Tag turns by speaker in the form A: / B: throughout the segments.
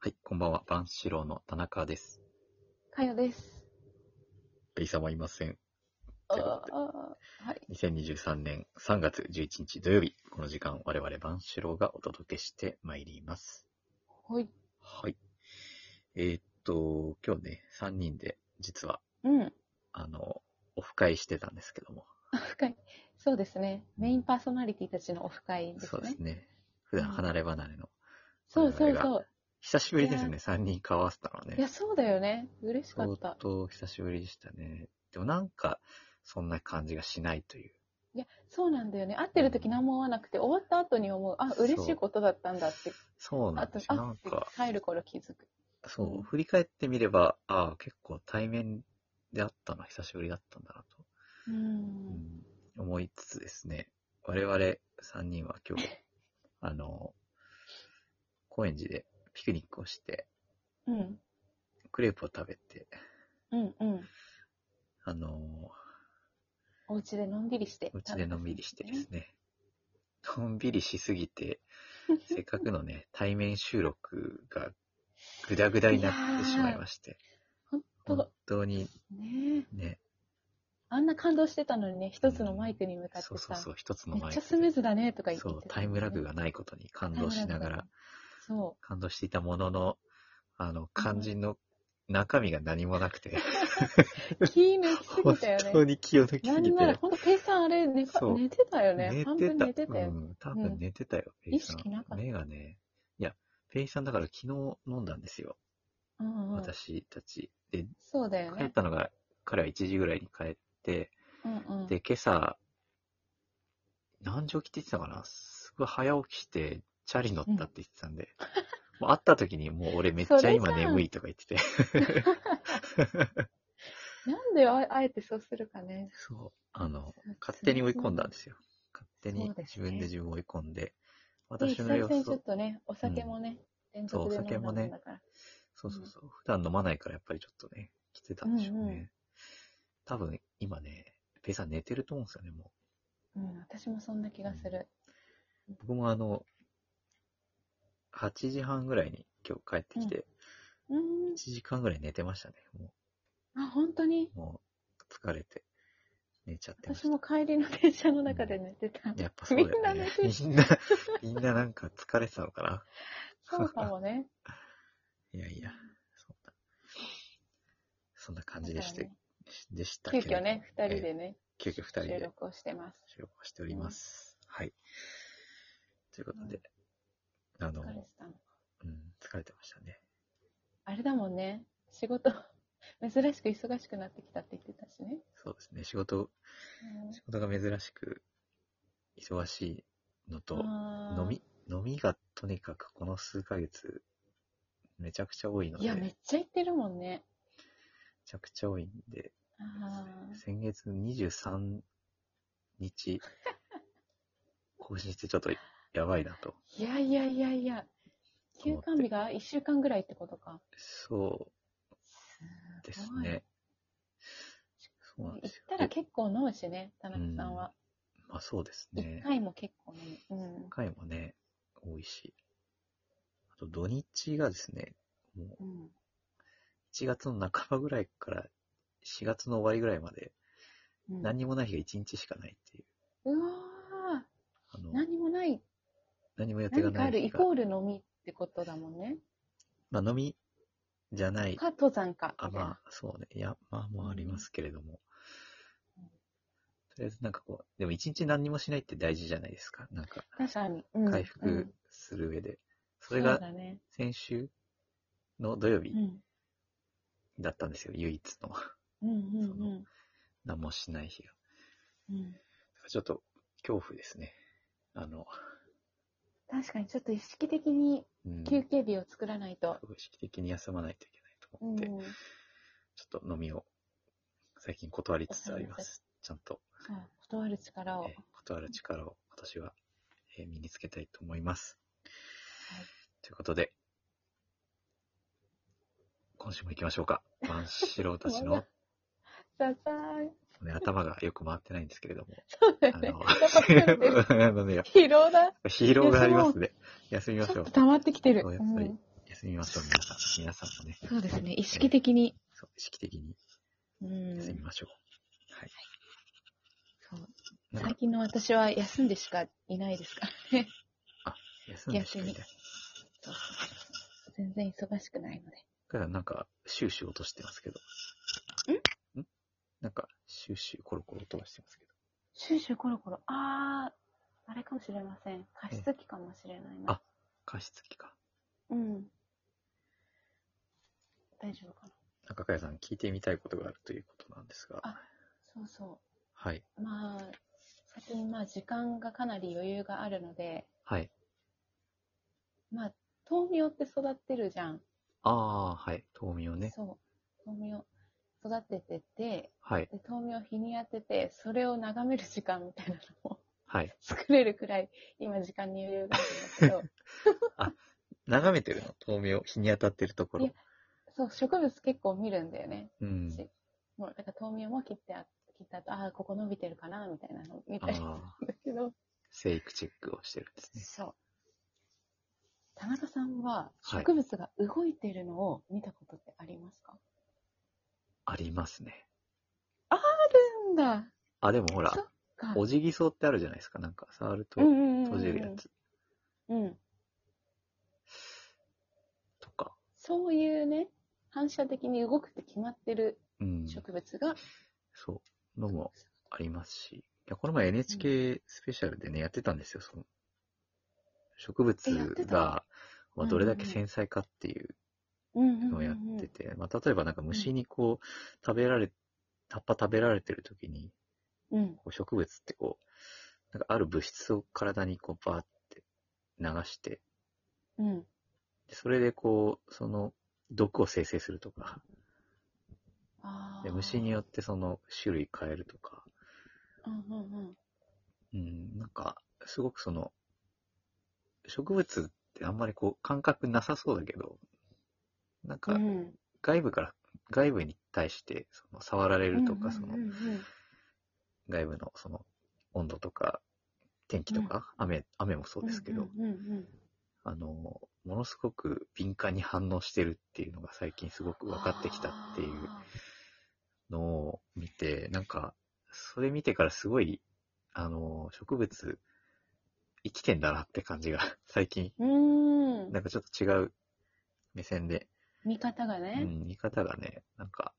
A: はい、こんばんは。万志郎の田中です。
B: かよです。
A: イ様いません。
B: あ
A: というこ
B: あはい。
A: 2023年3月11日土曜日、この時間、我々万志郎がお届けしてまいります。
B: ほい。
A: はい。えーっと、今日ね、3人で、実は、
B: うん。
A: あの、オフ会してたんですけども。
B: オフ会。そうですね。メインパーソナリティたちのオフ会です
A: そうで
B: ね
A: す。ね。普段離れ離れの。
B: そうそう
A: 我々
B: そ
A: が
B: う。
A: 久しぶりです
B: い
A: ね、3人交わせたの
B: いや、
A: ね。
B: そうだよね。嬉しかっ
A: 相
B: た。
A: 当久しぶりでしたね。でもなんか、そんな感じがしないという。
B: いや、そうなんだよね。会ってる時何も思わなくて、終わった後に思う、あ、
A: そう
B: 嬉しいことだったんだって。
A: そうな
B: あ
A: んで
B: と
A: す、よ。な
B: あ
A: んか、、
B: 帰る頃気づく。
A: そうう、
B: ん
A: 振り返ってみれば、ああ、結構対面であったのは久しぶりだったんだなと、
B: う。
A: うんん、思いつつですね、我々3人は今日、あの、高円寺でピクニックをして、
B: うん。
A: クレープを食べて、
B: うん。うん。
A: あの、
B: お家でのんびりして。
A: うちでのんびりしてですね、のんびりしすぎて、せっかくの ね、対面収録がぐだぐだになってしまいまして、
B: 本
A: 本
B: 当。
A: 当に
B: ねえ
A: ね、
B: あんな感動してたのにね、一つのマイクに向かって
A: そうそう
B: さ
A: そ、う、一つの
B: めっ
A: 前
B: ちゃスムーズだねとか言っ
A: そ
B: て
A: う
B: たよね、
A: タイムラグがないことに感動しながら、。
B: そ
A: 感動していたものの、あの、肝心の中身が何もなくて、
B: う。気抜きすぎ
A: 本
B: たよ
A: 当
B: ね。
A: に気を抜き
B: な
A: すぎ
B: んなら、
A: て、
B: ほんと、ペイさんあれ寝か
A: そう
B: 寝てたよね。半
A: 寝
B: 分寝
A: て
B: て
A: た。
B: た
A: う
B: よ。
A: ん、多分寝てたよ、ペイさん
B: 意識なかった
A: 目がね、いや、ペイさんだから昨日飲んだんですよ、
B: うんうん、
A: 私たち。で、
B: そうだよ
A: 帰っ
B: ね。
A: たのが、彼は1時ぐらいに帰って、
B: うんうん、
A: で、今朝、何時起きって言ってたかなすごい早起きして、チャリ乗ったって言ってたんで、もう会った時にもう俺めっち
B: そ
A: ゃ
B: れじゃ
A: 今
B: ん
A: 眠いとか言ってて。
B: なんでああえてそうするかね。
A: そう。あの、
B: そう
A: 勝手に追い込んだんですよ。勝手に
B: そうです
A: 自
B: ね
A: 分で自分を追い込んで、
B: で
A: 私
B: 久
A: の
B: 々
A: 様
B: に
A: 子
B: ちょっ
A: を、
B: とね、お酒もね、連続で飲んだ
A: そうお酒も
B: も
A: ね
B: んだから。
A: そうそうそう、普段飲まないからやっぱりちょっとね、来てたんでしょうね。
B: うんうん
A: 多分今ね、ペイさん寝てると思うんですよね、もう。
B: うん、私もそんな気がする。
A: 僕もあの、8時半ぐらいに今日帰ってきて、
B: うーん。
A: 1時間ぐらい寝てましたね。も
B: あ、本当に
A: う、もう疲れて、寝ちゃってまし
B: 私も帰りの電車の中で寝てた。
A: た。やっぱそうだよね。
B: みんな寝てる
A: みんな、 みんななんか疲れてたのかな。
B: そうかもね。
A: いやいや、そんな、そんな 感じでして、
B: だか
A: でした
B: ら
A: け
B: ね
A: れど
B: 急遽ね、二人で
A: ええ
B: ね、
A: 急遽二人
B: 収
A: で
B: 録をしてます。
A: 収録をしております。はい。ということで、あの、
B: 疲れて
A: う
B: たの。
A: ん、疲れてましたね。
B: あれだもんね、仕事、 珍しく忙しくなってきたって言ってたしね。
A: そうですね。仕事、仕事が珍しく忙しいのと、飲
B: 飲
A: み、飲みがとにかくこの数ヶ月、めちゃくちゃ多いの
B: い
A: で、
B: や、め
A: め
B: っちゃ行ってるもんね。
A: ちゃくちゃ多いんで、
B: あ
A: 先月23日、 更新してちょっとやばいなと。
B: ーいやいやいやいや、
A: 思
B: 休
A: って
B: 館日が1週間ぐらいってことか。
A: そ
B: す
A: うです
B: ごい
A: ね。そうな
B: 行
A: ん
B: っ
A: です
B: た
A: よ。
B: ら
A: で
B: 結構飲むしね、田中さんは。
A: まあそうです
B: 1
A: ね。
B: 回も結構飲む。うん
A: 1回もね、多いし。あと土日がですね、もう
B: うん。
A: 1月の半ばぐらいから4月の終わりぐらいまで、
B: うん
A: 何にもない日が1日しかないっていう。
B: うわ
A: あ
B: ー
A: の
B: 何もない。
A: 何も予定が
B: 何か
A: な
B: あ
A: い
B: る
A: 日
B: イ
A: が。
B: コール飲みってことだもんね。
A: まあ、飲みじゃない。
B: か、登山か。
A: あ、
B: みたいな
A: まあ、そうね。山もありますけれども。
B: うん
A: とりあえずなんかこう、でも一日何にもしないって大事じゃないですか。なんか、
B: 確かに。うん
A: 回
B: う
A: 復
B: ん
A: する上で。そ
B: そう
A: れが
B: だね。
A: 先週の土曜日
B: うん。
A: だったんですよ。唯一の。
B: うんうん
A: その何もしない日が。
B: うんうん、
A: だからちょっと恐怖ですね。あの、
B: 確かにちょっと意識的に
A: うん。
B: 休憩日を作らないと、
A: 意識的に休まないといけないと
B: う
A: 思っ
B: ん
A: て、ちょっと飲みを最近断りつつあります。ちゃんと。
B: あ断る力を
A: えー、断る力を今年は、えー身につけたいと思います。
B: はい
A: ということで、今週も行きましょうか。万四郎たち
B: ま
A: の
B: だ、ささーい
A: ね、頭がよく回ってないんですけ れども、
B: そうだ
A: あ
B: よね
A: の、
B: 固ま ってる
A: あのね、やっ
B: 疲労だ
A: ぱ疲労がありますね。休みまし
B: ち
A: ょ
B: ょ
A: う
B: っと。溜まってきてる、
A: そう
B: う
A: やっぱり
B: ん、
A: 休休みましょう、皆さん。皆さんもね、
B: そうですね。意識的に。
A: そう意識的に
B: うん。
A: 休みましょう。はい。
B: そう
A: なん
B: 最
A: か、
B: 近の私は休んでしかいないですからね。
A: 休んでしかいない。
B: そう全然忙しくないので。
A: だからなんか、シューシュー落としてますけど。んんなんか、シューシューコロコロ落としてますけど。
B: シューシューコロコロ。あー、あれかもしれません。加湿器かもしれないな。
A: あ加湿器か。
B: うん。大丈夫かな。
A: 中川さん、聞いてみたいことがあるということなんですが。
B: あそうそ
A: はい。
B: う。まあ、最近まあ時間がかなり余裕があるので、
A: はい。
B: まあ、豆苗って育ってるじゃん。
A: ああー、はい。豆苗ね。
B: そう。豆苗育ててて、
A: はい。
B: で豆苗日に当てて、それを眺める時間みたいなのも
A: はい。
B: 作れるくらい、今時間に余裕があるんだけど、
A: 眺めてるの豆苗。日に当たってるとこ
B: い
A: ろ
B: や。 そう、植物結構見るんだよね。
A: うん。
B: しもう、だから豆苗も切ってあ、切った後、ああ、ここ伸びてるかな、みたいなのを見
A: あ
B: たりするん
A: あ、
B: だけど、
A: 生育チェックをしてるんですね。
B: そう。田中さんは
A: はい
B: 植物が動いてるのを見たことってありますか、
A: ありますね。
B: あるんだ。
A: あ、でもほら
B: そ、っか。
A: おじぎそうってあるじゃないですか。なんか、触ると
B: うんうんうんうん
A: 閉じるやつ
B: うん。
A: とか。
B: そういうね、反射的に動くって決まってる
A: うん。
B: 植物が、
A: そう。のもありますし。いや、この前 NHK スペシャルでね、やってたんですよ。その、植物
B: えやってた
A: が、まあ、どれだけ
B: うんうん
A: 繊細かっていう
B: うんうんうんうん
A: のをやってて、まあ、例えばなんか虫にこう、食べられ、葉っぱ食べられてる時に、
B: うん。
A: こう植物ってこう、なんかある物質を体にこう、バーって流して、
B: うん。
A: でそれでこう、その、毒を生成するとか、
B: ああ。
A: で虫によってその種類変えるとか、
B: うんうんうん。
A: うん、なんか、すごくその、植物ってあんまりこう、感覚なさそうだけど、なん
B: う
A: か、
B: ん。
A: 外部から、外部に対して、その、触られるとか、その
B: うんう、んうん
A: 外部のその、温度とか、天気とか、雨、雨もそうですけど、
B: うんうんうんうん
A: あの、ものすごく敏感に反応してるっていうのが最近すごく分かってきたっていう
B: あ
A: のを見て、なんか、それ見てからすごい、あの、植物、生きてんだなって感じが、 最近、
B: ー。うーん
A: な。んかちょっと違う目線で、
B: 見方が
A: う
B: ね。
A: ん、見方がね、なんか、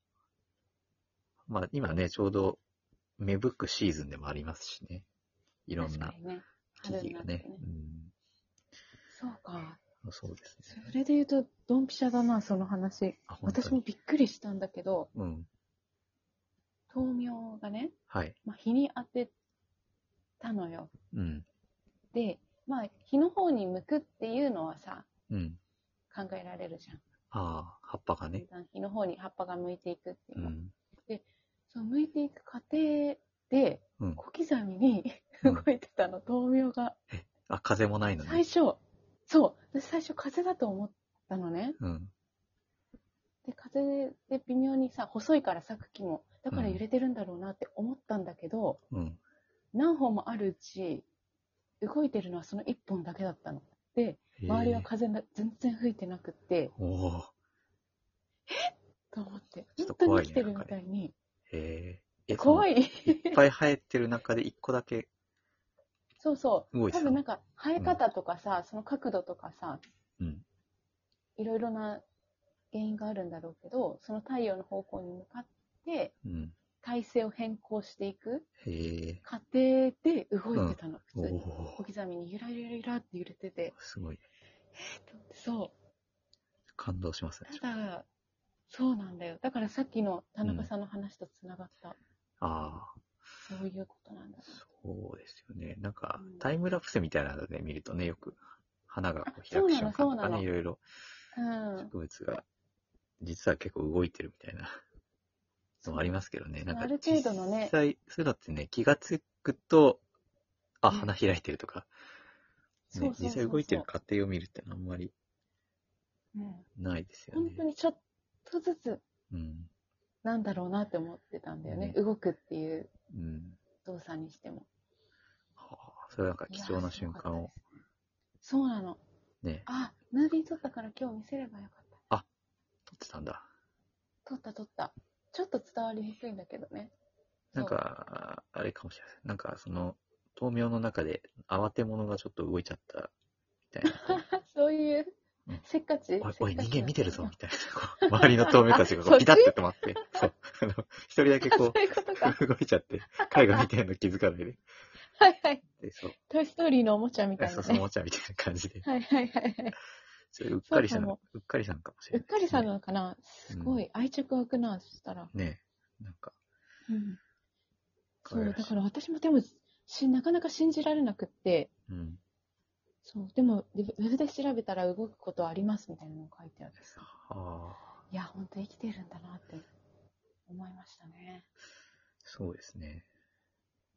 A: まあ今ね、ちょうど芽吹くシーズンでもありますしね。いろんな
B: 確かにね、
A: 木
B: 春に
A: 々
B: なっ
A: が
B: て
A: ね。
B: ね
A: う
B: そうか。
A: ん、そうですね。
B: それで言うと、ドンピシャだな、その話。
A: あ、本当
B: 私も
A: に。
B: びっくりしたんだけど、
A: うん。
B: 豆苗がね、
A: はい。
B: まあ、日に当てたのよ。
A: うん。
B: で、まあ、日の方に向くっていうのはさ、
A: うん。
B: 考えられるじゃん。
A: ああ、葉っぱがね。
B: だんだん日の方に葉っぱが向いていくっていう
A: う
B: の。
A: ん。
B: その向いていく過程で、
A: うん
B: 小刻みに
A: うん
B: 動いてたの、豆苗が。
A: あ、風もないの
B: 最
A: ね。
B: 初、そう、私最初風だと思ったのね。
A: うん。
B: で風で微妙にさ細いから咲く木もだから
A: うん
B: 揺れてるんだろうなって思ったんだけど、
A: うん。
B: 何本もあるうち動いてるのはその1本だけだったので周りは
A: へえ
B: 風な全然吹いてなくって
A: おお。
B: と思って
A: ちょっ
B: 本
A: と
B: 当に
A: 怖い
B: 生
A: ね
B: きてるみたいに
A: へえ。え
B: 怖
A: い。
B: い
A: いっぱい生えてる中で一個だけ。
B: そうそう
A: 動いて
B: 多
A: たの
B: 分なんか生え方とかさ、その角度とかさ
A: うん。
B: いろいろな原因があるんだろうけどその太陽の方向に向かって
A: うん。
B: 体勢を変更していく
A: へえ。
B: 過程で動いてたの、
A: お
B: 普通に。
A: お
B: 小。刻みにゆらゆらゆらって揺れてて、
A: すごい。
B: そ
A: 感動しますね。
B: う、ただ、そうなんだよ。だからさっきの田中さんの話とつながった、
A: ああ、
B: そういうことなんだな。
A: そうですよね。なんか
B: うん、
A: タイムラプスみたいなので見るとね、よく花がこう
B: あ
A: 開
B: そう
A: く
B: なの
A: 瞬間と
B: そう
A: か
B: な
A: ね、
B: の
A: いろいろ
B: うん。
A: 植物が、実は結構動いてるみたいなのもありますけどね。なんか
B: ある程度のね
A: 実際、そういうのってね、気がつくと、あ、
B: うん
A: 花開いてるとか、
B: そう
A: ね
B: そうそうそう
A: 実際動いてる過程を見るってのはあんまり
B: うん、
A: ないですよ
B: 本
A: ね。
B: 当にちょっとずつ
A: うん。
B: なんだろうなって思ってたんだよね。
A: う
B: 動くっていう
A: うん。
B: 動作にしても。
A: はあ、それはなんか貴重な瞬間
B: いや
A: を
B: ー。すごかったですそうなの。
A: ね、
B: あ、ムービー撮ったから今日見せればよかった。
A: 撮ってたんだ。
B: 撮った撮った。ちょっと伝わりにくいんだけどね。
A: なんか、あれかもしれない。なんか、その、豆苗の中で慌て者がちょっと動いちゃったみたいな。 こ
B: そう、そういう
A: うん、
B: せっかち。
A: うおい、
B: せ
A: お
B: っ
A: い、
B: かち
A: 人間見てるぞ
B: な
A: みたいな。こう周りの豆苗たちがこ
B: あ
A: うピタッて止まって、そう。あの、一人だけ
B: そう
A: こ
B: いうことか。
A: う、動いちゃって、絵画見てるの気づかないで。
B: はいはい。
A: で、そう。
B: トイ・ストーリーのおもちゃみたいな、
A: そうそう、お
B: ね。
A: もちゃみたいな感じで。
B: はいはいはいはい。
A: それうっかりさん、
B: そうか
A: う
B: も
A: っかりさんかもし
B: う
A: れ
B: っ
A: ない
B: かりさん
A: ね。
B: なのかなすごい愛着湧くな、そしたら。
A: ねえなんか、
B: うん。
A: 可
B: そ
A: 愛ら
B: う、
A: しい
B: だから私もでも、し、なかなか信じられなくって、
A: うん。
B: そう、でも、ウェブで調べたら動くことありますみたいなのが書いてあるさ。
A: ああ、
B: いや、本当生きてるんだなって思いましたね。
A: そうですね。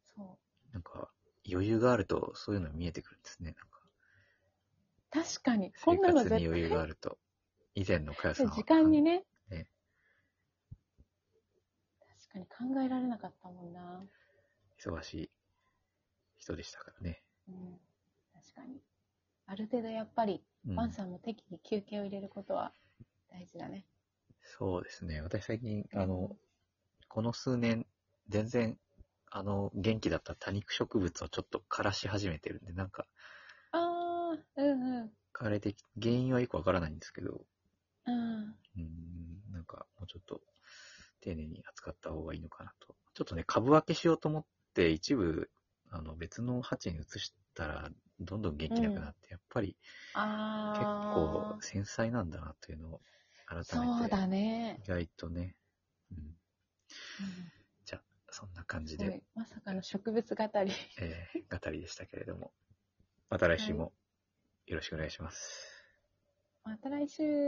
B: そう。
A: なんか、余裕があると、そういうの見えてくるんですね。なんか
B: 確かに、こ
A: 生
B: んなの
A: 活
B: 絶対
A: に余裕があると。以前のかやさんは。
B: 時間にね
A: ね
B: 確かに考えられなかったもんな。
A: 忙しい人でしたからね。
B: うん。確かに。ある程度やっぱり、
A: うん
B: ワンさんも適宜休憩を入れることは大事だね。
A: そうですね。私最近、あの、この数年、全然、あの、元気だった多肉植物をちょっと枯らし始めてるんで、なんか、
B: ああ、うんうん。
A: 枯れてき、原因はよくわからないんですけど、
B: うん。
A: うん、なんか、もうちょっと、丁寧に扱った方がいいのかなと。ちょっとね、株分けしようと思って、一部、あの、別の鉢に移したら、どんどん元気なくなって、やっぱり、
B: あ
A: 結
B: あ。
A: 構、繊細なんだな、というのを、改
B: そう
A: めて、
B: だね。
A: 意外とね、うん、
B: うん
A: そんな感じ
B: すご
A: で、
B: いまさかの植物語 り。
A: えー、語りでしたけれども、また来週も、よろしくお願いします。
B: また来週。